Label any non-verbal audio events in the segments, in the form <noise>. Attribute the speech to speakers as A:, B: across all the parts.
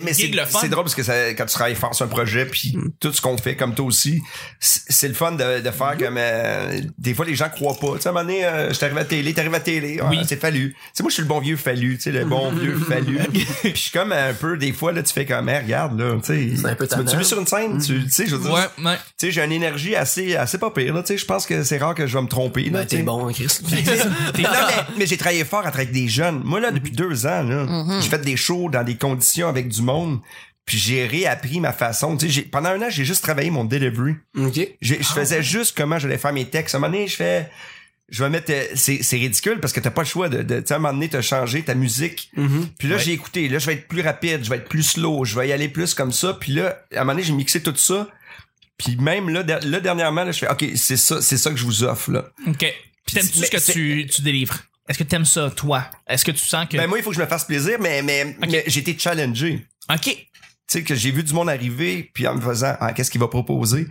A: Mais c'est,
B: guide le fun.
A: c'est drôle parce que ça- quand tu travailles fort sur un projet, puis
C: Mm.
A: tout ce qu'on fait, comme toi aussi, c'est c'est le fun de, de
C: Mm.
A: faire comme... euh, des fois, les gens croient pas. Tu sais, à un moment donné, euh, je suis arrivé à télé, t'es arrivé à télé, ah,
B: Oui.
A: c'est fallu. Tu sais, moi, je suis le bon vieux fallu, tu sais, le bon vieux
C: <laughs>
A: fallu. Puis je suis comme un peu, des fois, là, tu fais comme, Eh, regarde, là, tu sais,
C: C'est un peu
A: tu m'as-tu
C: tannant. Mm.
A: vu sur une scène, tu tu sais, je veux dire,
B: Ouais, ouais.
A: tu sais, j'ai une énergie assez, assez pas pire, là, tu sais, je pense que c'est rare que je vais me tromper, là,
C: Ben,
A: tu
C: t'es
A: sais.
C: bon, Chris. <laughs>
A: Mais non, mais, mais j'ai travaillé fort à travailler avec des jeunes. Moi, là, depuis deux ans, là, j'ai fait des shows dans des conditions avec du monde. Puis j'ai réappris ma façon. Tu sais, j'ai- pendant un an, j'ai juste travaillé mon delivery.
C: OK.
A: J'ai- Je faisais juste comment j'allais faire mes textes. À un moment donné, je fais... Je vais mettre... euh, C'est c'est ridicule parce que t'as pas le choix de... de tu sais, à un moment donné, t'as changé ta musique. Puis là, j'ai écouté. Là, je vais être plus rapide. Je vais être plus slow. Je vais y aller plus comme ça. Puis là, à un moment donné, j'ai mixé tout ça. Puis même là, der- là dernièrement, là, je fais... OK, c'est ça, c'est ça que je vous offre, là.
B: OK. Puis t'aimes-tu
A: Mais
B: ce que
A: c'est-
B: tu, tu délivres? Est-ce que t'aimes ça, toi? Est-ce que tu sens que...
A: Ben moi, il faut que je me fasse plaisir, mais, mais, mais j'ai été challengé.
B: OK.
A: Tu sais, que j'ai vu du monde arriver, puis en me faisant, ah, qu'est-ce qu'il va proposer?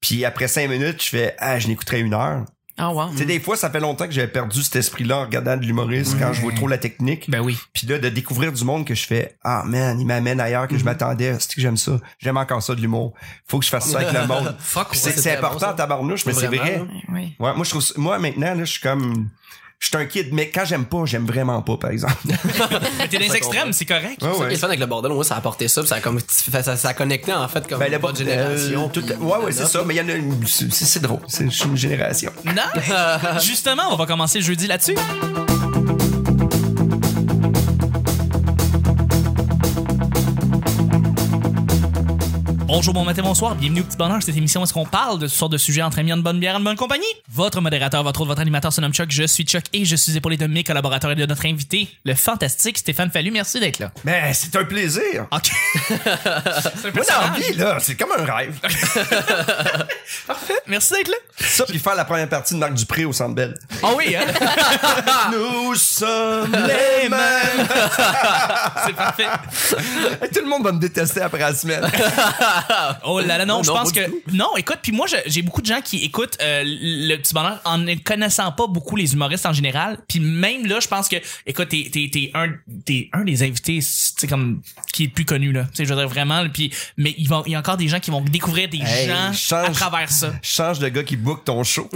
A: Puis après cinq minutes, je fais, ah, je n'écouterai une heure.
D: Ah, wow.
A: Tu sais, des fois, ça fait longtemps que j'avais perdu cet esprit-là en regardant de l'humoriste quand je vois trop la technique.
B: Ben
A: <laughs>
B: oui.
A: Puis là, de découvrir du monde que je fais, ah, man, il m'amène ailleurs
D: Mhm.
A: que je m'attendais. C'est que j'aime ça. J'aime encore ça de l'humour. Faut que je fasse ça avec
D: <laughs>
A: le monde.
C: <laughs> Fuck,
A: Puis c'est- c'est important, tabarnouche, mais c'est
C: Vraiment,
A: vrai.
C: hein?
D: Oui.
A: Ouais, moi, je trouve, ça- moi, maintenant, là, je suis comme, je suis un kid, mais quand j'aime pas, j'aime vraiment pas, par exemple.
D: <laughs>
B: Mais t'es dans les extrêmes, c'est correct.
A: Ouais,
C: C'est
A: ouais.
C: le fun avec le bordel, moi, ça a apporté ça, puis ça a comme, ça, ça, ça a connecté, en fait, comme,
A: Ben,
C: la
A: la
C: bonne génération.
A: tout-
C: puis-
A: ouais, ouais, c'est ça. Mais il y en a une. C'est c'est drôle. C'est je suis une génération.
B: Non,
A: <laughs>
B: mais justement, on va commencer jeudi là-dessus. Bonjour, bon matin, bonsoir, bienvenue au Petit Bonheur, cette émission où est-ce qu'on parle de ce sorte de sujet entre amis, en bonne bière, en bonne compagnie. Votre modérateur, votre autre, votre animateur se nomme Chuck, je suis Chuck et je suis épaulé de mes collaborateurs et de notre invité, le fantastique Stéphane Fallu, merci d'être là.
A: Ben, c'est un plaisir.
B: Ok.
A: Moi, dans la vie, là, c'est comme un
B: <laughs>
A: rêve.
B: Merci d'être là.
A: Ça, puis faire la première partie de Marc Dupré au Centre Bell.
B: Ah oui, hein?
A: Nous
B: <laughs>
A: sommes les mêmes.
B: c'est parfait.
A: Tout le monde va me détester après la
B: <laughs>
A: semaine.
B: Oh là là, non,
C: Non,
B: je
C: non,
B: pense
C: pas
B: que.
C: du
B: Non, écoute, puis moi, je- j'ai beaucoup de gens qui écoutent euh, le petit bonheur en ne connaissant pas beaucoup les humoristes en général. Puis même là, je pense que, écoute, t'es t'es- t'es un, t'es un des invités, tu sais, comme, qui est le plus connu, là. Tu sais, je veux dire vraiment, puis, mais il va- il y a encore des gens qui vont découvrir des
A: Hey,
B: gens
A: change.
B: à travers ça.
A: Change de gars qui book ton
B: <laughs>
A: show.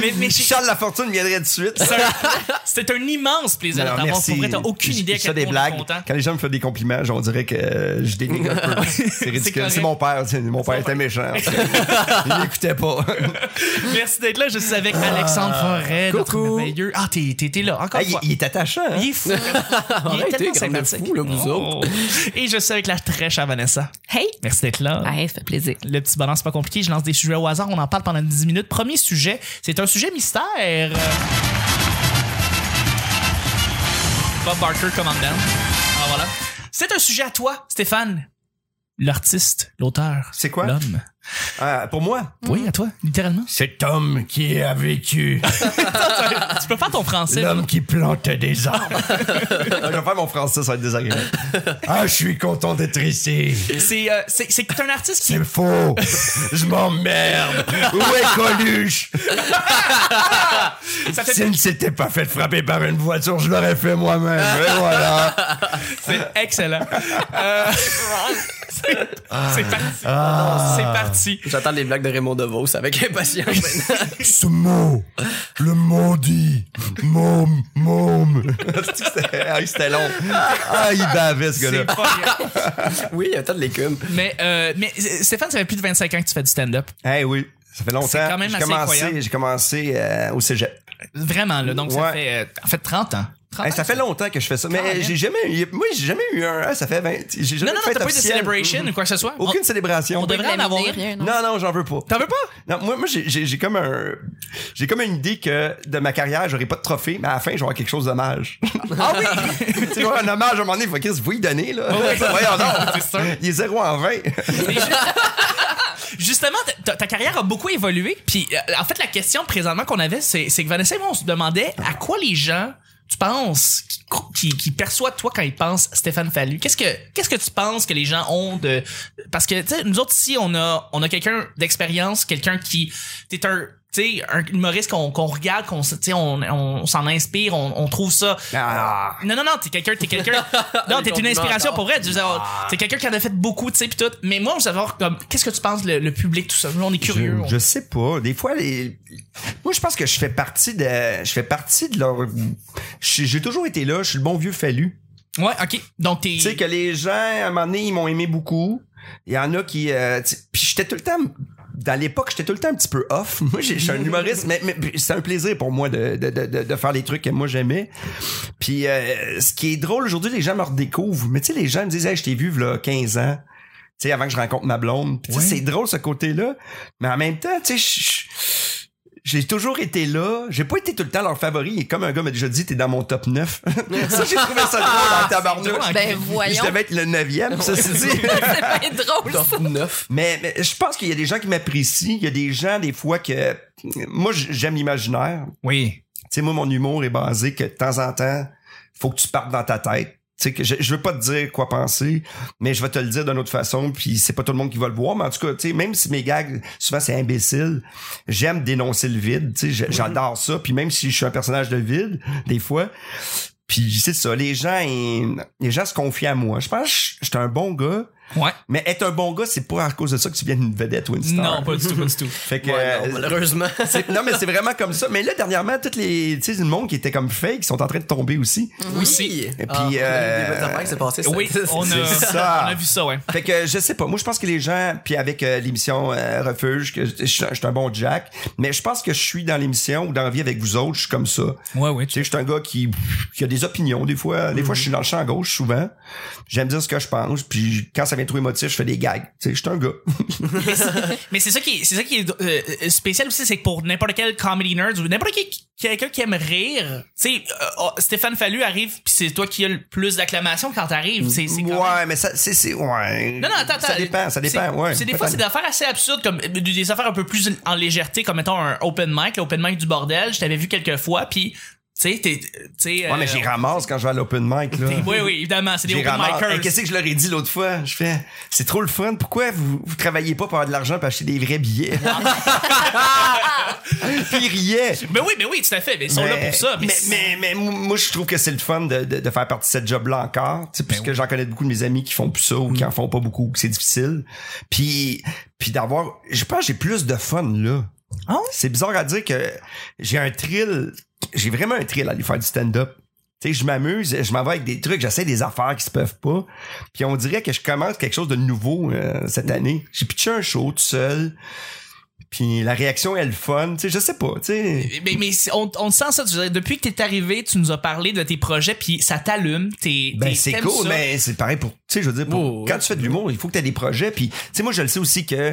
B: Mais, mais c'est-
A: Charles Lafortune viendrait de suite.
B: c'est un- c'est un immense plaisir de
A: Alors,
B: t'avoir. Pour vrai, t'as aucune
A: Je-
B: idée à
A: je fais
B: quel
A: des
B: point on est
A: blagues.
B: content.
A: Quand les gens me font des compliments, genre, on dirait que euh, je dénigre un
B: <laughs>
A: peu. C'est ridicule.
B: correct.
A: C'est mon père. c'est- Mon père était
B: <laughs>
A: méchant. Il m'écoutait pas.
B: Merci d'être là. Je suis avec Alexandre
A: Ah,
B: Forêt, notre
C: coucou.
B: merveilleux. Ah, t'es t'es- t'es là, encore
A: Hey, il,
B: une fois.
A: il est attachant. hein?
B: Il est
C: <laughs>
B: fou. Il est
C: Arrêtez,
B: tellement
C: comme le
B: sympathique. Oh.
C: fou, là, vous autres.
B: Et je suis avec la très chère Vanessa.
D: Hey!
B: Merci d'être là.
D: Hey, ça fait plaisir.
B: Le petit balance, c'est pas compliqué. Je lance des sujets au hasard. On en parle pendant 10 minutes. Premier sujet, c'est un sujet mystère. Euh, Bob Barker, commandant. Ah, voilà. C'est un sujet à toi, Stéphane. L'artiste, l'auteur.
A: C'est quoi?
B: L'homme.
A: Ah, pour moi,
B: Oui, à toi, littéralement.
A: Cet homme qui a
B: <laughs>
A: vécu, Ah.
B: tu peux faire ton français.
A: l'homme qui plantait des
B: <laughs>
A: arbres. Je vais faire mon français, ça va être désagréable. <laughs> Ah, je suis content d'être ici.
B: C'est euh, c'est- c'est un artiste qui.
A: C'est <laughs> faux. Je m'emmerde. Où est Coluche?
B: Ça fait
A: S'il ne s'était pas fait frapper par une voiture, je l'aurais fait moi-même. Et
B: <laughs>
A: voilà.
B: C'est excellent. Euh,
A: Ah.
B: c'est c'est parti. C'est parti.
C: J'attends les blagues de Raymond DeVos avec <laughs> impatience. maintenant.
A: Ce mot, le maudit, môme, <laughs> môme. C'était long. Ah, il bavait, ce
B: C'est
A: gars-là.
B: pas bien.
C: oui, il y a tant de légumes.
B: Mais, euh, mais Stéphane, ça fait plus de 25 ans que tu fais du stand-up.
A: Eh oui, ça fait longtemps.
B: C'est quand même
A: j'ai
B: assez incroyable.
A: commencé, j'ai commencé euh, au cégep.
B: Vraiment, là. Donc, ça
A: Ouais.
B: fait, euh, en fait 30 ans. 30
A: Eh,
B: ans.
A: ça fait longtemps que je fais ça,
B: Quand même.
A: mais j'ai jamais eu, moi j'ai jamais eu un, hein, ça fait 20, j'ai
B: Non,
A: jamais
B: non, non,
A: fait
B: t'as pas eu de
A: officiel. Mm-hmm.
B: celebration ou quoi que ce soit.
A: Aucune célébration.
B: On, on devrait en avoir
D: L'avenir,
B: une.
D: rien, non?
A: Non, non, j'en veux pas.
B: T'en veux pas?
A: Non, moi, moi j'ai- j'ai j'ai comme un, j'ai comme une idée que de ma carrière, j'aurai pas de trophée, mais à la fin, j'aurai quelque chose
B: <laughs>
A: d'hommage.
B: Ah oui!
A: tu vois, un hommage à un moment donné, il faut qu'il faut y donner, là.
B: oui.
A: Voyons donc.
B: C'est sûr.
A: Il est 0 en 20.
B: Mais ju- <laughs> Justement, ta- ta, ta carrière a beaucoup évolué. Puis, euh, en fait, la question présentement qu'on avait, c'est c'est que Vanessa et moi, on se demandait à quoi les gens, tu penses, qui, qui, qui perçoivent toi quand ils pensent Stéphane Fallu. Qu'est-ce que qu'est-ce que tu penses que les gens ont de. Parce que, tu sais, nous autres, ici, on a, on a quelqu'un d'expérience, quelqu'un qui. T'es un tu sais, un humoriste qu'on qu'on regarde, qu'on se- tu sais, on, on s'en inspire, on, on trouve ça.
A: Ah.
B: Non, non, non, t'es quelqu'un, t'es quelqu'un. non, t'es une
C: compliments
B: inspiration
C: encore.
B: Oh, pour vrai. Tu veux dire,
A: Ah.
B: T'es quelqu'un qui en a fait beaucoup, tu sais, pis tout. Mais moi, on veut savoir, comme, qu'est-ce que tu penses, le, le public, tout ça. Nous, on est curieux. on-
A: Je, je sais pas. Des fois, les... moi, je pense que je fais partie de, je fais partie de leur. J'ai j'ai toujours été là. Je suis le bon vieux fallu.
B: Ouais, ok. Donc, t'es.
A: Tu sais que les gens, à un moment donné, ils m'ont aimé beaucoup. Il y en a qui, euh, tu sais, puis j'étais tout le temps. Dans l'époque, j'étais tout le temps un petit peu off. <laughs> Moi, j'ai- je suis un humoriste, mais, mais c'est un plaisir pour moi de, de, de, de- de faire les trucs que moi j'aimais. Puis, euh, ce qui est drôle aujourd'hui, les gens me redécouvrent. Mais tu sais, les gens me disent, hey, je t'ai vu là 15 ans. Tu sais, avant que je rencontre ma blonde. Puis, tu sais,
B: Ouais.
A: c'est drôle ce côté-là. Mais en même temps, tu sais, je- je- j'ai toujours été là. J'ai pas été tout le temps leur favori. Et comme un gars m'a déjà dit, t'es dans mon top 9. <laughs> ça, j'ai trouvé ça drôle en tabarnouche.
B: drôle, hein.
D: Ben
A: Je
D: voyons.
A: devais être le neuvième, ça c'est dit.
D: C'est pas drôle, ça.
C: Top 9.
A: Mais, mais je pense qu'il y a des gens qui m'apprécient. Il y a des gens, des fois, que... Moi, j- j'aime l'imaginaire.
B: Oui.
A: Tu sais, moi, mon humour est basé que de temps en temps, faut que tu partes dans ta tête. Tu sais, que je, je veux pas te dire quoi penser, mais je vais te le dire d'une autre façon, puis c'est pas tout le monde qui va le voir, mais en tout cas, tu sais, même si mes gags, souvent c'est imbécile, j'aime dénoncer le vide, tu sais, je- j'adore ça, puis même si je suis un personnage de vide, des fois, puis c'est ça, les gens, ils- les gens se confient à moi. Je pense que je- je suis un bon gars,
B: Ouais.
A: mais être un bon gars, c'est pas à cause de ça que tu deviens une vedette ou une star.
B: Non, pas du tout, pas
A: <laughs>
B: du tout.
A: Fait que,
C: Ouais, non,
A: euh,
C: malheureusement. <laughs>
A: c'est- non, mais c'est vraiment comme ça. Mais là, dernièrement, toutes les, tu sais, le monde qui était comme fake, ils sont en train de tomber aussi.
B: Oui, si.
A: Et puis,
C: Ah, il y a eu
A: euh,
C: des bonnes affaires qui s'est passé. ça.
B: Oui, on a,
A: c'est ça.
B: <laughs> on a vu ça, ouais.
A: Fait que je sais pas. Moi, je pense que les gens, puis avec euh, l'émission euh, Refuge, que je je suis un- je suis un bon Jack, mais je pense que je suis dans l'émission ou dans la vie avec vous autres, je suis comme ça.
B: Ouais, ouais.
A: Tu sais, je suis un gars qui, qui a des opinions des fois. Des fois, je suis dans le champ gauche souvent. J'aime dire ce que je pense, puis quand ça vient trop émotif, je fais des gags. Tu sais, je suis un gars. <laughs>
B: <laughs> Mais c'est ça qui est, c'est ça qui est euh, euh, spécial aussi, c'est que pour n'importe quel comedy nerd ou n'importe quel quelqu'un qui aime rire, tu sais, euh, oh, Stéphane Fallu arrive puis c'est toi qui as le plus d'acclamation quand t'arrives. C'est c'est
A: ouais,
B: quand même-
A: mais ça, c'est, c'est, ouais.
B: Non, non, attends, attends.
A: Ça dépend, ça dépend,
B: C'est-
A: ouais.
B: C'est des fois, c'est
A: peut-être.
B: des affaires assez absurdes, comme euh, des affaires un peu plus en légèreté, comme mettons un open mic, l'open mic du bordel. Je t'avais vu quelques fois, puis tu sais, t'es, euh, tu sais.
A: Ouais, mais j'y ramasse quand je vais à l'open mic, là.
B: Oui, oui, évidemment, c'est des
A: J'ai
B: open
A: ramasse-
B: micers.
A: Hey, Qu'est-ce que je leur ai dit l'autre fois? Je fais, c'est trop le fun. Pourquoi vous, vous travaillez pas pour avoir de l'argent pour acheter des vrais
B: <laughs>
A: billets? <laughs> Puis ils riaient.
B: mais oui, mais oui, tout à fait. Mais ils sont là pour ça. Mais,
A: mais, mais, mais mou- moi, je trouve que c'est le fun de, de, de faire partie de cette job-là encore.
B: Ben
A: tu sais, Puisque j'en connais beaucoup de mes amis qui font plus ça ou
B: Mm.
A: qui en font pas beaucoup, que c'est difficile. Puis, puis d'avoir, je pense que j'ai plus de fun là.
B: Ah ouais?
A: C'est bizarre à dire que j'ai un thrill, j'ai vraiment un thrill à aller faire du stand-up. Tu sais, je m'amuse, je m'en vais avec des trucs, j'essaie des affaires qui se peuvent pas. Puis on dirait que je commence quelque chose de nouveau euh, cette
B: Mm.
A: année. J'ai pitché un show tout seul. Puis la réaction est le fun, tu sais, je sais pas, tu sais.
B: mais, mais c'est- on, on sent ça. tu veux dire, depuis que t'es arrivé, tu nous as parlé de tes projets, puis ça t'allume. T'es,
A: Ben
B: t'es-
A: c'est
B: t'aimes
A: cool,
B: ça.
A: mais c'est pareil pour, tu sais, je veux dire, pour-
C: Oh,
A: quand tu fais de l'humour, il faut que tu aies des projets. Puis, tu sais, moi, je le sais aussi que,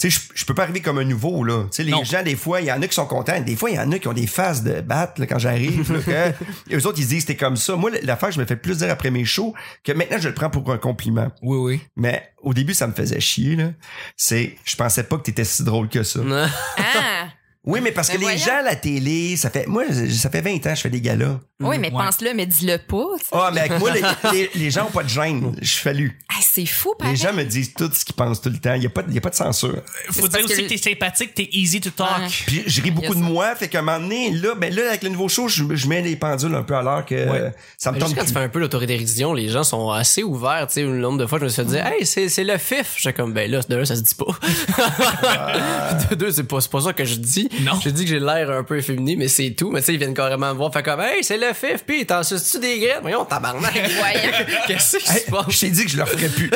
A: tu sais, je- je peux pas arriver comme un nouveau, là. Tu sais, les
B: Non.
A: gens, des fois, il y en a qui sont contents. Des fois, il y en a qui ont des faces de batte, là, quand j'arrive. là,
B: <laughs>
A: que eux autres, ils disent, t'es comme ça. Moi, l'affaire, que je me fais plus dire après mes shows que maintenant, je le prends pour un compliment.
B: Oui, oui.
A: Mais au début, ça me faisait chier, là. C'est, je pensais pas que t'étais si drôle que ça.
C: Non.
D: Ah!
A: Oui, mais parce
D: Mais
A: que les
D: voyons.
A: gens, à la télé, ça fait, moi, ça fait 20 ans, que je fais des galas.
D: Oui, mais
B: Ouais.
D: pense-le, mais dis-le pas. tu sais.
A: Ah, mais avec moi, les, les- les gens ont pas de gêne. Je suis fallu.
D: Ah, c'est fou,
A: Les
D: pareil.
A: gens me disent tout ce qu'ils pensent tout le temps. Il n'y a, pas de- il y a pas de censure.
B: Faut
D: C'est
B: dire
D: parce
B: aussi
D: que
B: que, t'es sympathique, t'es easy to talk.
D: Ouais.
A: Puis je ris beaucoup
D: Yes.
A: de moi, fait qu'à un moment donné, là, ben là, avec le nouveau show, je, je mets les pendules un peu à l'heure que euh, ça me
C: Mais
A: tombe
C: Juste quand tu fais un peu l'autodérision, les gens sont assez ouverts. Tu sais, le nombre de fois, je me suis fait dire, hey, c'est, c'est le fif. J'étais comme, ben là, de un, ça se dit pas.
A: <laughs>
C: Puis de deux, c'est pas, c'est pas ça que je dis.
B: Non.
C: Je dis que j'ai l'air un peu efféminé, mais c'est tout. Mais tu sais, ils viennent carrément me voir, fait comme, hey, c'est le fif, pis t'en suces-tu des graines? Voyons, tabarnak.
D: Voyons.
C: <laughs> Qu'est-ce qui
A: Hey,
C: se passe? <laughs>
A: je <laughs> t'ai dit que je le ferais
B: <laughs>
A: plus.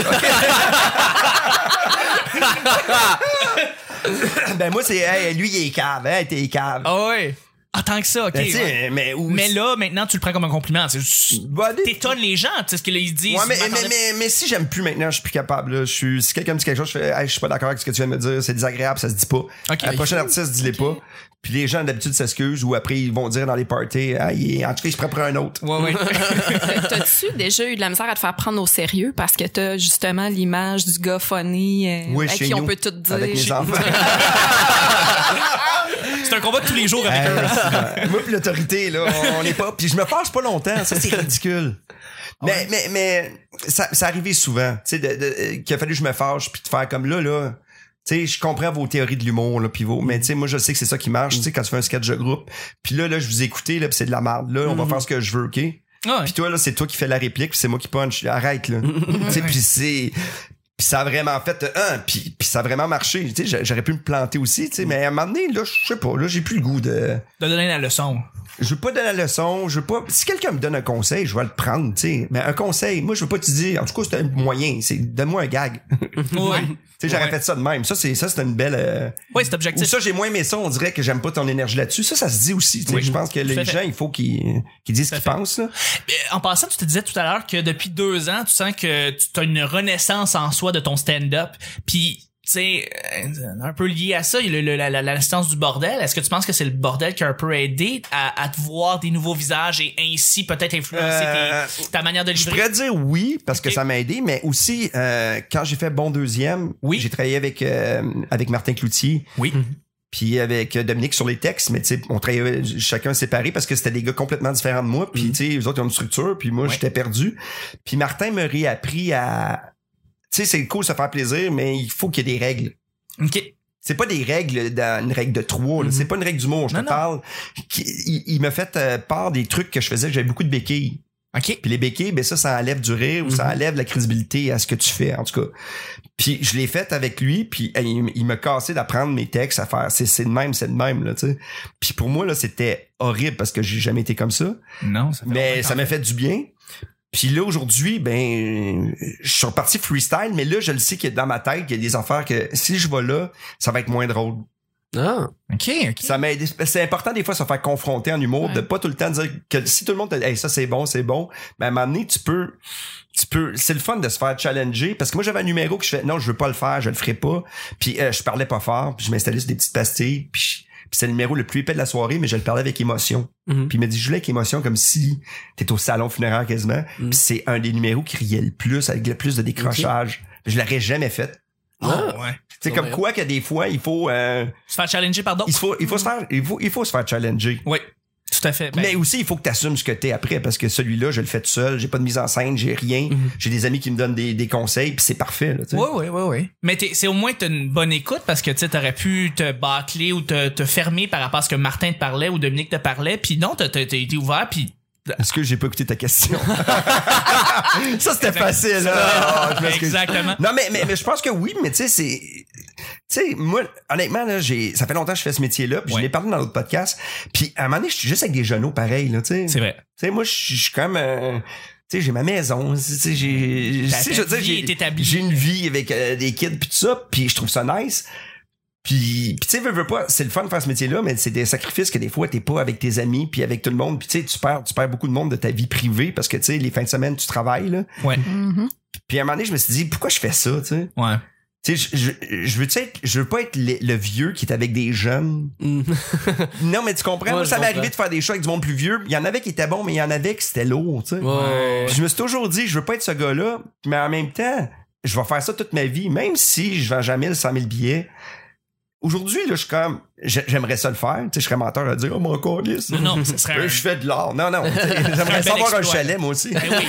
A: ben moi, c'est hey, lui, il est cave, hein, t'es cave.
B: Ah ouais. En tant que ça, ok.
A: Ben, tu sais,
B: ouais.
A: mais, où-
B: Mais là, maintenant, tu le prends comme un compliment. C'est juste-
A: Bah, des-
B: T'étonnes les gens, tu sais ce qu'ils disent.
A: Ouais, mais,
B: Je
A: mais,
B: m'attendais-
A: mais, mais si j'aime plus maintenant, je suis plus capable. là. Je suis, si quelqu'un me dit quelque chose, je fais, Hey, je suis pas d'accord avec ce que tu viens de me dire, c'est désagréable, ça se dit pas. La prochaine artiste, dis-les pas. Puis les gens d'habitude s'excusent ou après ils vont dire dans les parties, ah, il est- en tout cas, je prépare un autre.
B: Ouais, ouais.
A: <laughs>
D: T'as-tu déjà eu de la misère à te faire prendre au sérieux parce que t'as justement l'image du gars funny euh,
A: Oui,
D: à
A: chez
D: qui on
A: nous,
D: peut tout dire?
A: Avec mes
D: Chez- <laughs>
A: enfants.
B: c'est un combat de tous les jours avec
A: Hey,
B: eux.
A: c'est- Moi, puis l'autorité, là, on- on n'est pas. Puis je me passe pas longtemps, ça, c'est ridicule. Mais, mais, mais, ça, ça arrivait souvent, tu sais, de- de- euh, qu'il a fallu que je me fâche, puis de faire comme là, là. tu sais, je comprends vos théories de l'humour, là, pis vos,
D: Mm.
A: mais tu sais, moi, je sais que c'est ça qui marche, tu sais, quand tu fais un sketch de groupe. Puis là, là, je vous écoutez, là, pis c'est de la merde. Là, on
D: Mm.
A: va faire ce que je veux, OK?
B: Ah ouais.
A: Puis toi, là, c'est toi qui fais la réplique, puis c'est moi qui punch. Arrête,
B: <laughs>
A: là. tu sais, puis c'est... Puis ça a vraiment fait... euh, Hein, puis, puis ça a vraiment marché. Tu sais, j'a- j'aurais pu me planter aussi, tu sais, mais à un moment donné, là, je sais pas, là, j'ai plus le goût de...
B: De donner la leçon.
A: Je veux pas donner la leçon, je veux pas... Si quelqu'un me donne un conseil, je vais le prendre, tu sais. Mais un conseil, moi, je veux pas te dire... En tout cas, c'est un moyen, c'est... Donne-moi un gag. <laughs> tu
B: Ouais.
A: sais, j'aurais
B: Ouais.
A: fait ça de même. Ça, c'est ça, c'est une belle... euh,
B: Ouais, c'est
A: ou
B: objectif.
A: ça, j'ai moins aimé ça, on dirait que j'aime pas ton énergie là-dessus. Ça, ça se dit aussi. tu sais.
B: Oui.
A: Je pense que
B: Tout à
A: les
B: fait.
A: gens, il faut qu'ils qu'ils disent ce qu'ils pensent. là.
B: Euh, En passant, tu te disais tout à l'heure que depuis deux ans, tu sens que tu as une renaissance en soi de ton stand-up. Puis, tu sais, euh, un peu lié à ça, il y a le- le- la, la, la naissance du bordel. Est-ce que tu penses que c'est le bordel qui a un peu aidé à, à te voir des nouveaux visages et ainsi peut-être influencer
A: Euh,
B: tes- ta manière de
A: Je
B: livrer?
A: pourrais dire oui parce que
B: Ok.
A: ça m'a aidé, mais aussi euh, quand j'ai fait bon deuxième,
B: Oui.
A: j'ai travaillé avec euh, avec Martin Cloutier.
B: Oui.
A: Mhm. Puis avec euh, Dominique sur les textes, mais tu sais, on travaillait chacun séparé parce que c'était des gars complètement différents de moi. Puis tu sais, eux autres ils ont une structure, puis moi
B: Mhm. Ouais.
A: j'étais perdu. Puis Martin me réappris à, tu sais, c'est cool de se faire plaisir, mais il faut qu'il y ait des règles.
B: OK.
A: c'est pas des règles dans une règle de trois là. c'est pas une règle d'humour je
B: Mhm. Non,
A: te
B: non.
A: parle Qui- il, il m'a fait euh, part des trucs que je faisais que j'avais beaucoup de béquilles
B: OK.
A: puis les béquilles ben ça ça enlève du rire ou ça enlève la crédibilité à ce que tu fais en tout cas puis je l'ai fait avec lui puis euh, il, il m'a cassé d'apprendre mes textes à faire c'est c'est de même c'est de même là tu sais puis pour moi là c'était horrible parce que j'ai jamais été comme ça
B: Non, ça
A: mais ça m'a fait du bien. Puis là, aujourd'hui, ben, je suis reparti freestyle, mais là, je le sais que dans ma tête, il y a des affaires que si je vais là, ça va être moins drôle.
C: Ah.
B: OK, OK.
A: Ça m'a aidé. C'est important des fois de se faire confronter en humour,
D: Ouais.
A: de pas tout le temps dire que si tout le monde te dit hey, ça c'est bon, c'est bon, ben à un moment donné, tu peux. Tu peux. C'est le fun de se faire challenger. Parce que moi j'avais un numéro que je fais non, je veux pas le faire, je le ferai pas. Puis euh, je parlais pas fort, puis je m'installais sur des petites pastilles, puis, je- puis c'est le numéro le plus épais de la soirée, mais je le parlais avec émotion.
C: Mhm.
A: Puis il m'a dit je voulais avec émotion comme si t'étais au salon funéraire quasiment.
C: Mhm.
A: Puis c'est un des numéros qui riait le plus, avec le plus de décrochage. Je l'aurais jamais fait.
B: Ah, ouais.
A: C'est
C: Non,
A: comme
C: mais-
A: quoi que des fois, il faut, euh,
B: Se faire challenger par d'autres?
A: il faut, il faut se faire, il faut, il faut se faire challenger.
B: Oui, tout à fait. Ben,
A: Mais aussi, il faut que tu assumes ce que t'es après, parce que celui-là, je le fais tout seul, j'ai pas de mise en scène, j'ai rien,
B: Mhm.
A: j'ai des amis qui me donnent des, des conseils, puis c'est parfait. Là, tu sais.
B: Oui, oui, oui, oui. Mais t'es- c'est au moins t'as une bonne écoute parce que tu sais, t'aurais pu te bâcler ou te, te fermer par rapport à ce que Martin te parlait ou Dominique te parlait. Puis non, t'as t'as- t'as été ouvert. Puis
A: Est-ce que j'ai pas écouté ta
B: <laughs>
A: question? ça, c'était facile. là. Ah, je m'excuse.
B: exactement.
A: Non, mais, mais, mais je pense que oui, mais tu sais, c'est. Tu sais, moi, honnêtement, là, j'ai, ça fait longtemps que je fais ce métier-là, puis
B: Ouais.
A: je l'ai parlé dans l'autre podcast. Puis à un moment donné, je suis juste avec des genoux pareils, là, tu sais.
B: C'est vrai.
A: Tu sais, moi, je suis je suis comme. euh, tu sais, j'ai ma maison. Tu sais, j'ai. tu
B: Ta-
A: sais,
B: ta
A: je veux dire,
B: vie
A: j'ai-
B: est établie.
A: J'ai une vie avec euh, des kids puis tout ça, puis je trouve ça nice. Puis, puis tu sais, veux, veux pas, c'est le fun de faire ce métier-là, mais c'est des sacrifices que des fois, t'es pas avec tes amis, puis avec tout le monde. Puis tu sais, tu perds, tu perds beaucoup de monde de ta vie privée parce que, tu sais, les fins de semaine, tu travailles. Là.
B: Ouais,
D: Mhm.
A: Puis à un moment donné, je me suis dit, pourquoi je fais ça, tu sais?
B: ouais.
A: Tu sais, je, je, je veux, tu sais, être- je veux pas être le, le vieux qui est avec des jeunes.
C: Mhm.
A: Non, mais tu comprends,
C: Ouais,
A: moi,
C: je
A: ça m'est
C: comprends.
A: arrivé de faire des shows avec du monde plus vieux. Il y en avait qui étaient bons, mais il y en avait qui c'était lourd, tu sais.
C: Ouais.
A: Puis je me suis toujours dit, je veux pas être ce gars-là, mais en même temps, je vais faire ça toute ma vie, même si je vends jamais le 100 000 billets. Aujourd'hui, là, je suis comme, j'ai- j'aimerais ça le faire. Tu sais, je serais menteur à dire, oh mon calice.
B: Non, non, ce serait
A: Euh,
B: un.
A: Je fais de l'art. Non, non. tu
B: <laughs>
A: sais, J'aimerais
B: bel
A: ça avoir un
B: exploit.
A: chalet, moi aussi.
B: Ben oui.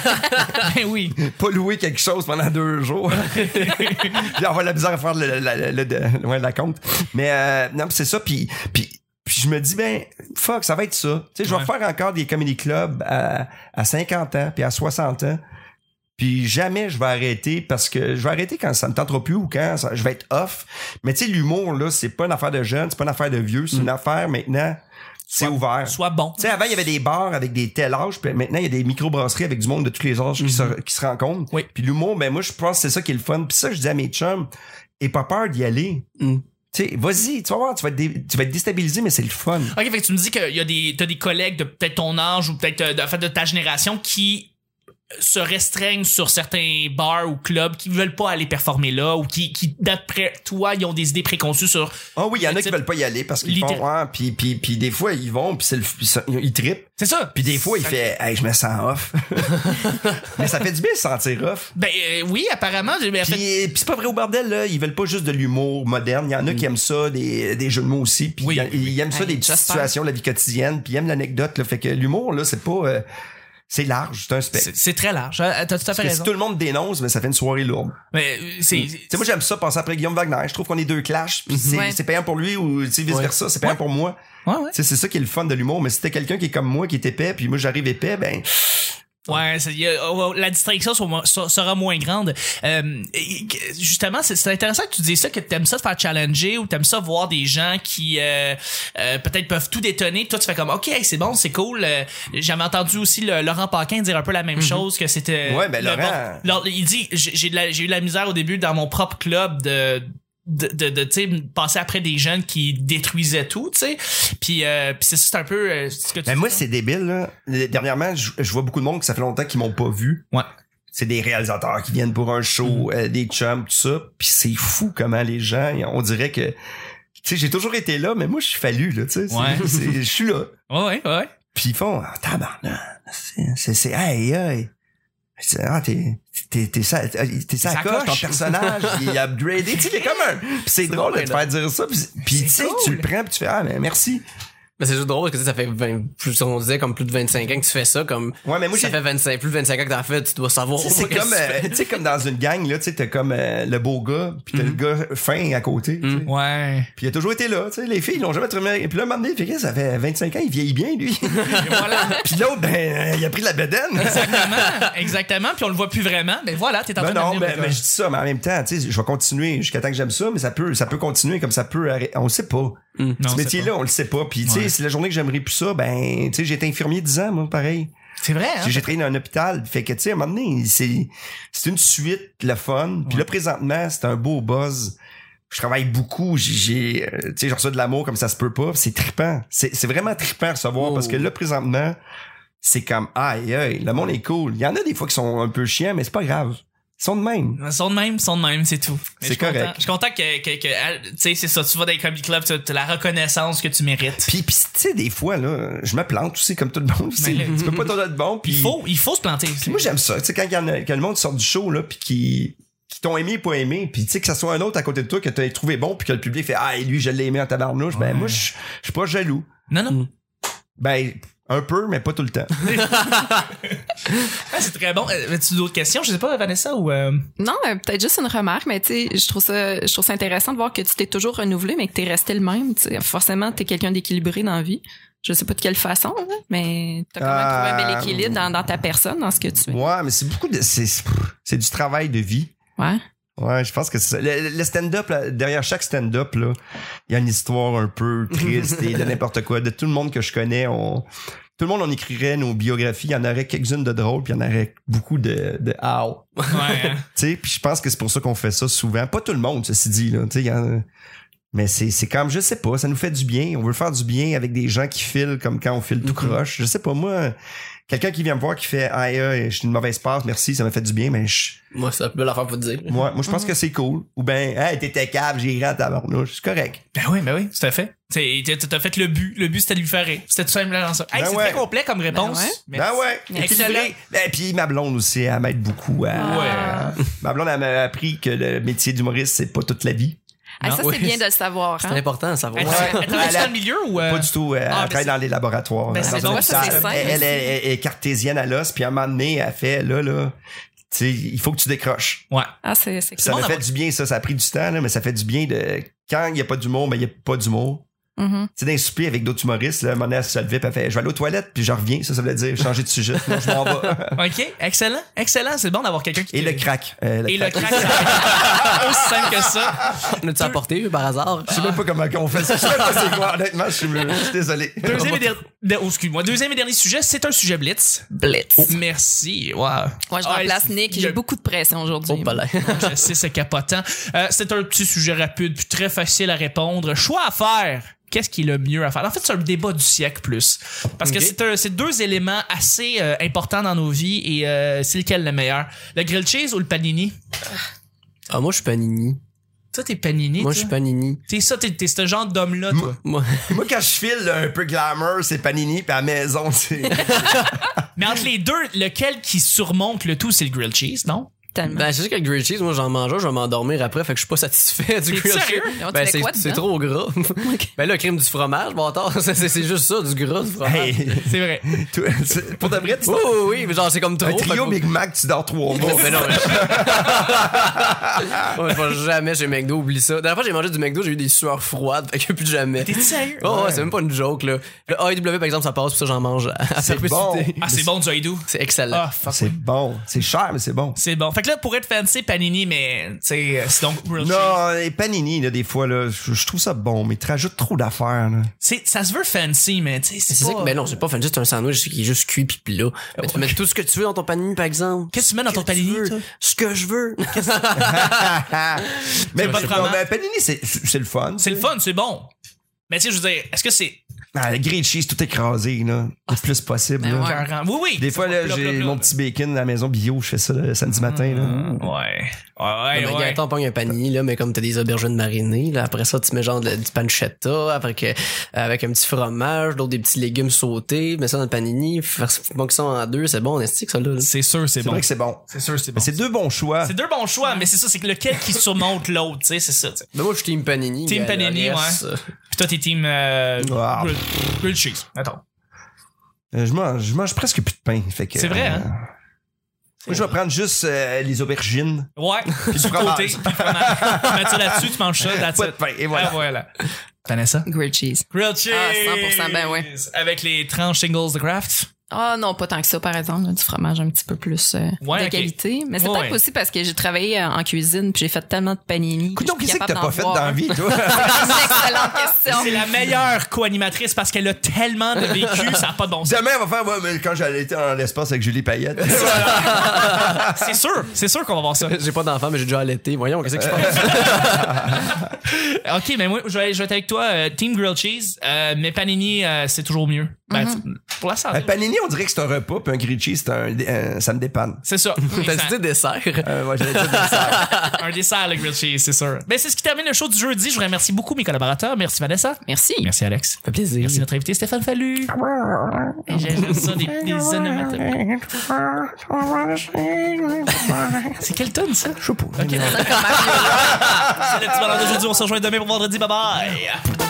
B: Ben oui. <laughs>
A: Pas louer quelque chose pendant deux jours. Puis avoir la bizarre à faire le, le- le- le- loin de la compte. Mais euh, non, puis c'est ça. Puis, puis, puis je me dis, ben, fuck, ça va être ça. Tu sais, je vais
B: Ouais.
A: faire encore des comedy clubs à, à 50 ans, puis à 60 ans. Puis jamais je vais arrêter parce que je vais arrêter quand ça me tentera plus ou quand ça- je vais être off. Mais tu sais, l'humour, là, c'est pas une affaire de jeune, c'est pas une affaire de vieux, c'est une affaire maintenant, c'est
B: Soit-
A: ouvert.
B: Sois bon.
A: Tu sais, avant, il y avait des bars avec des tels âges, puis maintenant, il y a des microbrasseries avec du monde de tous les âges qui, se, qui se rencontrent.
B: Mhm. Oui.
A: Puis l'humour, ben moi, je pense que c'est ça qui est le fun. Puis ça, je dis à mes chums, aie pas peur d'y aller.
C: Mm.
A: Tu sais, vas-y, tu vas voir, tu vas, être dé- tu vas être déstabilisé, mais c'est le fun.
B: Ok, fait que tu me dis qu'il y a des, t'as des collègues de peut-être ton âge ou peut-être euh, de, en fait, de ta génération qui se restreignent sur certains bars ou clubs qui veulent pas aller performer là ou qui, qui d'après toi, ils ont des idées préconçues sur
A: Ah oui, il y en a qui
B: Type-
A: veulent pas y aller parce qu'ils
B: Littér-
A: font, ah, puis, puis, puis des fois, ils vont, puis c'est le, puis ça- ils trippent.
B: C'est ça.
A: Puis des fois, il
B: Ça-
A: fait, hey, je me sens off. <laughs> mais ça fait du bien de se sentir off.
B: Ben euh, oui, apparemment. mais en
A: Puis,
B: fait- Mm.
A: puis c'est pas vrai au bordel, là. Ils veulent pas juste de l'humour moderne. Il y en a qui aiment ça, des, des jeux de mots aussi. Puis
B: Oui.
A: il y a- ils aiment ça,
D: Hey,
A: des petites
D: j'espère.
A: situations, de la vie quotidienne. Puis ils aiment l'anecdote, là. Fait que l'humour, là, c'est pas. euh, C'est large, c'est un spectre.
B: C'est c'est très large. Euh, T'as tout à fait
A: Parce que si
B: raison.
A: tout Mm. le monde dénonce, mais ça fait une soirée lourde.
B: Mais euh, c'est.
A: Tu sais, moi, j'aime ça penser après Guillaume Wagner. Je trouve qu'on est deux clashs, puis c'est
D: Ouais.
A: c'est payant pour lui ou tu sais, vice-versa, c'est payant pour moi.
B: Ouais, ouais.
A: Tu sais, c'est ça qui est le fun de l'humour. Mais si t'es quelqu'un qui est comme moi, qui est épais, puis moi, j'arrive épais, ben,
B: Ouais, c'est- il y a- oh, oh, la distraction sera mo- so- sera moins grande. Euh, et- et- justement, c'est c'est intéressant que tu dises ça, que t'aimes ça te faire challenger ou t'aimes ça voir des gens qui euh, euh, peut-être peuvent tout détonner. Toi, tu fais comme, ok, hey, c'est bon, c'est cool. Euh, J'avais entendu aussi le- Laurent Paquin dire un peu la même chose que c'était.
A: Mhm. Ouais, ben,
B: le
A: Laurent-
B: bord- Laure- il dit, j'ai j'ai de la- j'ai eu de la misère au début dans mon propre club de de, de, de, tu sais passer après des jeunes qui détruisaient tout tu sais puis euh, puis c'est ça, c'est un peu euh, ce que tu
A: ben moi, c'est débile, là. Les- Dernièrement, je je vois beaucoup de monde que ça fait longtemps qu'ils m'ont pas vu.
B: Ouais.
A: C'est des réalisateurs qui viennent pour un show, euh, des chums, tout ça. Puis c'est fou comment les gens, ils- on dirait que, tu sais, j'ai toujours été là, mais moi, je suis fallu, là, tu sais. C'est-
B: Ouais.
A: c'est- Je suis là.
B: ouais ouais ouais
A: Puis ils font, ah, tabarnak, c'est- c'est, c'est, hey, hey. C'est- Ah, t'es, t'es, t'es ça, t'es ça
B: Ça
A: coche, ton
B: coche.
A: personnage, il est upgradé, tu sais, t'es comme un, Puis c'est drôle de te faire dire ça, puis, puis tu sais,
B: cool.
A: tu le prends, puis tu fais, ah, mais merci.
C: <laughs> Mais c'est juste drôle parce que tu sais, ça fait 20, plus, on disait comme plus de 25 ans que tu fais ça, comme.
A: Ouais, mais moi,
C: ça
A: j'ai-
C: fait 25, plus de 25 ans que t'en fais, tu dois savoir.
A: Tu
C: au
A: sais,
C: moins
A: C'est
C: <laughs> qu'est-ce
A: comme,
C: que tu
A: euh, tu sais, comme dans une gang, là, tu sais, t'as comme euh, le beau gars, puis t'as le gars fin à côté. tu sais.
B: ouais
A: Puis il a toujours été là, tu sais, les filles, ils l'ont jamais trouvé. Et puis là, m'amener, fait que ça fait 25 ans, il vieillit bien, <laughs> lui. puis l'autre, ben, euh, il a pris de la <laughs> bedaine.
B: Exactement, exactement. Puis on le voit plus vraiment. Mais voilà, t'es en train
A: Ben
B: de
A: non,
B: devenir
A: mais,
B: un
A: mais
B: gars.
A: je dis ça, mais en même temps, tu sais, je vais continuer jusqu'à temps que j'aime ça, mais ça peut, ça peut continuer comme ça peut arrêter. On le sait pas.
B: Non,
A: Ce
B: c'est
A: métier-là, on le sait pas. Puis, tu sais,
B: Ouais.
A: c'est la journée que j'aimerais plus ça, ben, tu sais, j'ai été infirmier 10 ans, moi, pareil.
B: pas- C'est vrai, hein?
A: J'ai- J'ai traîné dans un hôpital. Fait que, tu sais, à un moment donné, c'est, c'est une suite, le fun. Puis là, présentement, c'est un beau buzz. Je travaille beaucoup. J'ai, j'ai, euh, tu sais, je reçois de l'amour comme ça se peut pas. C'est trippant. C'est, c'est vraiment trippant à recevoir
C: Oh.
A: parce que là, présentement, c'est comme, aïe, aïe, le monde est cool. Il y en a des fois qui sont un peu chiants, mais c'est pas grave. Ils sont de même.
B: Ils sont de même, ils sont de même, c'est tout.
A: C'est
B: Mais je suis content-
A: correct.
B: Je suis content que, que, que, elle- tu sais, c'est ça, tu vas dans les comedy clubs, tu as la reconnaissance que tu mérites.
A: Puis, puis tu sais, des fois, là, je me plante aussi comme tout le monde. C'est-
B: là-
A: tu peux
B: <laughs>
A: pas t'en être bon. Puis,
B: Il faut, il faut se planter.
A: Puis moi, j'aime ça. Tu sais, quand, il y en a- quand le monde sort du show, là, puis qui qui t'ont aimé ou pas aimé, puis tu sais que ça soit un autre à côté de toi que t'as trouvé bon, puis que le public fait ah et lui je l'ai aimé en tabarnouche,
B: Ouais.
A: ben moi je je suis pas jaloux,
B: Non,
A: Hmm.
B: non.
A: ben un peu mais pas tout le temps.
B: Ah, c'est très bon. Euh, As-tu d'autres questions? Je sais pas, Vanessa, ou, euh,
D: Non, euh, peut-être juste une remarque, mais tu sais, je trouve ça, je trouve ça intéressant de voir que tu t'es toujours renouvelé, mais que t'es resté le même. tu sais. Forcément, t'es quelqu'un d'équilibré dans la vie. Je sais pas de quelle façon, là, mais t'as quand même trouvé un
A: Ah.
D: bel équilibre dans, dans ta personne, dans ce que tu es.
A: ouais, mais c'est beaucoup de c'est c'est du travail de vie.
D: Ouais.
A: Ouais, je pense que c'est ça. Le, le stand-up, là, derrière chaque stand-up, là, il y a une histoire un peu triste et de n'importe quoi. De tout le monde que je connais, on, tout le monde, on écrirait nos biographies. Il y en aurait quelques-unes de drôles, puis il y en aurait beaucoup de, de how.
B: <laughs> ouais. hein.
A: Tu sais, puis je pense que c'est pour ça qu'on fait ça souvent. Pas tout le monde, ceci dit, là. Tu sais, il y en a- Mais c'est, c'est comme, je sais pas, ça nous fait du bien. On veut faire du bien avec des gens qui filent comme quand on file tout croche. Je sais pas, moi, quelqu'un qui vient me voir qui fait, aïe, aïe, je suis une mauvaise passe, merci, ça m'a fait du bien, mais je-
C: fais. Moi, c'est la plus belle affaire pour te dire.
A: moi, moi je pense que c'est cool. Ou ben, hey, t'étais câble, j'ai ri à ta barnouche. C'est correct.
B: Ben oui, ben oui, tout à fait. Tu sais, t'as- t'as fait le but. Le but, c'était de lui faire rire. C'était tout simple dans ça. Hey,
A: Ben
B: c'est
A: ouais.
B: très complet comme réponse.
D: ouais.
B: Mais-
A: Ben ouais,
B: Excellent.
A: équilibré. Ben, puis ma blonde aussi, elle m'aide beaucoup. à-
B: Ah.
A: Ma blonde, elle m'a appris que le métier d'humoriste, c'est pas toute la vie.
D: Ah,
B: Non,
D: ça,
C: ouais.
D: c'est bien de le savoir.
C: C'est
D: hein.
C: important à savoir.
B: Elle
A: Ouais.
B: travaille- elle travaille
A: Elle a-
B: dans le milieu ou, euh,
A: Pas du tout. Elle,
B: ah,
A: elle
B: ben,
A: travaille dans les laboratoires.
B: Ben,
A: dans
B: c'est
A: un
B: bon,
A: hôpital.
D: ça, c'est simple,
A: elle, elle,
D: mais
A: elle est cartésienne à l'os, puis à un moment donné, elle fait, là, là, tu sais, il faut que tu décroches.
B: Ouais.
D: Ah, c'est c'est
A: Puis ça
B: bon
A: m'a fait
B: d'avoir-
A: du bien, ça. Ça a pris du temps, là, mais ça fait du bien de. Quand il n'y a pas d'humour, ben, il n'y a pas d'humour.
D: Mhm.
A: tu sais, d'un souper avec d'autres humoristes, là, à un moment donné, elle se levait, puis elle fait, je vais aller aux toilettes, puis je reviens. Ça, ça veut dire changer de sujet, sinon je m'en vais.
B: <laughs> OK, excellent, excellent. C'est bon d'avoir quelqu'un qui
A: Et
B: te-
A: le crack. euh,
B: Et le
A: crack.
B: crack, <laughs> ça- aussi simple que ça.
C: On a-tu apporté par hasard?
A: Je sais même pas comment on fait ça. Je sais même pas c'est quoi. Honnêtement, je suis, je suis désolé.
B: Deuxième et, der- de- oh, excuse-moi. Deuxième et dernier sujet, c'est un sujet blitz.
D: Blitz.
B: Oh. Merci. Wow.
D: Moi, je
B: Ah,
D: remplace
B: c'est-
D: Nick.
B: il y a-
D: J'ai beaucoup de pression aujourd'hui.
C: Oh, pas là.
B: Je sais, c'est capotant. Euh, c'est un petit sujet rapide, puis très facile à répondre. Choix à faire. Qu'est-ce qui est le mieux à faire? En fait, c'est un débat du siècle plus. Parce que
C: Ok.
B: c'est, un- c'est deux éléments assez euh, importants dans nos vies et euh, c'est lequel le meilleur? Le grilled cheese ou le panini?
C: Ah, moi, je suis panini.
B: Toi, t'es panini.
C: Moi,
B: toi.
C: je suis panini.
B: T'es ça, t'es, t'es ce genre d'homme-là, toi.
C: Moi, <laughs>
A: Moi, quand je file là, un peu glamour, c'est Panini, puis à la
B: <laughs>
A: maison, c'est.
B: Mais entre les deux, lequel qui surmonte le tout, c'est le grilled cheese, non?
D: tellement.
C: Ben, c'est juste qu'avec grilled cheese, moi, j'en mange un, je vais m'endormir après, fait que je suis pas satisfait du
B: T'es
C: grilled
B: sérieux?
C: cheese.
D: Ils ont-tu
C: Ben,
D: mis
C: c'est,
D: quoi dedans?
C: c'est trop gras. Ben, là, crime du fromage, bon, attends, <laughs> c'est, c'est- c'est juste ça, du gras, du fromage.
A: Hey,
B: C'est vrai.
A: toi, c'est- pour de vrai, tu
B: Oh,
C: Oui, oui, oui, mais genre, c'est comme trop.
A: un
C: fait
A: trio
C: que-
A: Big Mac, tu dors trois mois.
C: Oh, mais non, mais- Ouais, je <laughs> vais jamais chez McDo, oublie ça. La dernière fois que j'ai mangé du McDo, j'ai eu des sueurs froides, fait que plus jamais.
B: T'es sérieux?
C: Oh, ouais, c'est même pas une joke, là. Le AEW, par exemple, ça passe, puis ça, j'en mange à- à
A: C'est
C: perpétuité.
A: bon.
B: Ah, c'est bon du Haïdou.
C: C'est excellent.
B: Ah, fuck.
A: C'est bon. C'est cher, mais c'est bon.
B: C'est bon. Fait que là, pour être fancy, panini, mais, tu sais, euh, c'est donc grilled cheese.
A: Non, les panini, là, des fois, là, je je trouve ça bon, mais tu rajoutes trop d'affaires, là.
B: C'est- Ça se veut fancy, mais, tu sais,
C: C'est
B: c'est
C: ça
B: pas...
C: que, ben non, c'est pas fan, juste un sandwich qui est juste cuit pis plat. Ben, tu peux mettre tout ce que tu veux dans ton panini, par exemple.
B: Qu'est-ce que tu mets dans ton
C: que tu
B: panini,
C: veux.
B: toi?
C: Ce que je veux. <laughs>
A: mais
B: Ah, pas
A: je-
B: de fromage.
A: non, mais panini, c'est c'est le fun.
B: C'est le fun, c'est bon. Mais, tu sais, je veux dire, est-ce que c'est
A: Ah, le grilled cheese, tout écrasé, là. Le plus possible,
C: Ah,
D: Ben
A: là.
D: ouais.
B: écœurant? Oui, oui.
A: Des fois,
B: C'est
A: là,
B: pas-
A: j'ai mon petit bacon à la maison bio, je fais ça le
B: Mm-hmm.
A: samedi matin, là.
B: Ouais. Ouais,
C: Ben,
B: ouais.
C: Gaëtan pogne un panini, là, mais comme t'as des aubergines marinées, là, après ça, tu mets genre de- du pancetta, après que, avec un petit fromage, d'autres des petits légumes sautés, mets ça dans le panini, faire que ça en deux, c'est bon, on estique ça, là. là.
B: C'est sûr, c'est
A: C'est
B: bon.
A: vrai que c'est bon.
B: C'est sûr, c'est
A: Mais
B: bon.
A: c'est deux bons choix.
B: C'est deux bons choix, mais c'est ça, c'est que lequel qui surmonte l'autre, tu sais, c'est ça. tu sais.
C: Ben, moi, je suis team panini.
B: Team
C: gars, le
B: panini,
C: reste,
B: ouais.
C: euh,
B: Puis toi, t'es team euh,
A: Ah.
B: grilled, grilled cheese. Attends.
A: Euh, Je mange, je mange presque plus de pain. Fait que,
B: C'est vrai, hein?
A: euh, moi, je vais prendre juste euh, les aubergines.
B: Ouais. Puis du
A: fromage.
B: côté, puis fromage. Tu mets ça là-dessus, tu manges ça, that's
A: Pas de
B: it.
A: pain, et
B: Ah,
A: voilà.
B: voilà. Vanessa?
D: Grilled cheese.
B: Grilled cheese!
D: Ah, 100%, ben ouais.
B: Avec les tranches singles de craft.
D: Ah non, pas tant que ça, par exemple, là, du fromage un petit peu plus euh,
B: Ouais,
D: de
B: ok.
D: qualité. Mais c'est
B: Ouais,
D: peut-être
B: ouais.
D: aussi parce que j'ai travaillé euh, en cuisine puis j'ai fait tellement de panini.
A: Coudon,
D: je suis
A: qu'est-ce que t'as pas
D: capable d'en
A: fait dans
D: voir
A: la vie, toi?
D: <laughs> un. C'est une excellente
B: C'est
D: question.
B: la meilleure co-animatrice parce qu'elle a tellement de <laughs> vécu, ça n'a pas de bon sens.
A: Demain, on va faire, ouais, mais quand j'allais être en l'espace avec Julie Payette.
B: C'est sûr, c'est sûr qu'on va voir ça.
C: <laughs> J'ai pas d'enfant, mais j'ai déjà allaité. Voyons, qu'est-ce que je fais?
B: <laughs> Euh, Ok, mais moi, je vais, je vais être avec toi, euh, Team Grilled Cheese, euh, mais panini, euh, c'est toujours mieux. Ben, tu- Pour la santé.
A: un panini, on dirait que c'est un repas, puis un grilled cheese, c'est un, un- ça me dépanne.
B: C'est <laughs> ça.
C: T'as dit dessert.
A: Euh, ouais, j'allais dire
D: <laughs>
A: ça.
B: un dessert, le grilled cheese, c'est sûr. Ben, c'est ce qui termine le show du jeudi. Je vous remercie beaucoup mes collaborateurs. Merci Vanessa.
D: Merci.
B: Merci Alex.
C: fait plaisir.
B: Merci notre invité Stéphane Fallu. Et J'aime ça, des, des onomatopées. C'est quel tonne, ça? Je sais pas.
D: Comme Mario.
B: C'est le petit bonheur d'aujourd'hui. On se rejoint demain pour vendredi. Bye bye.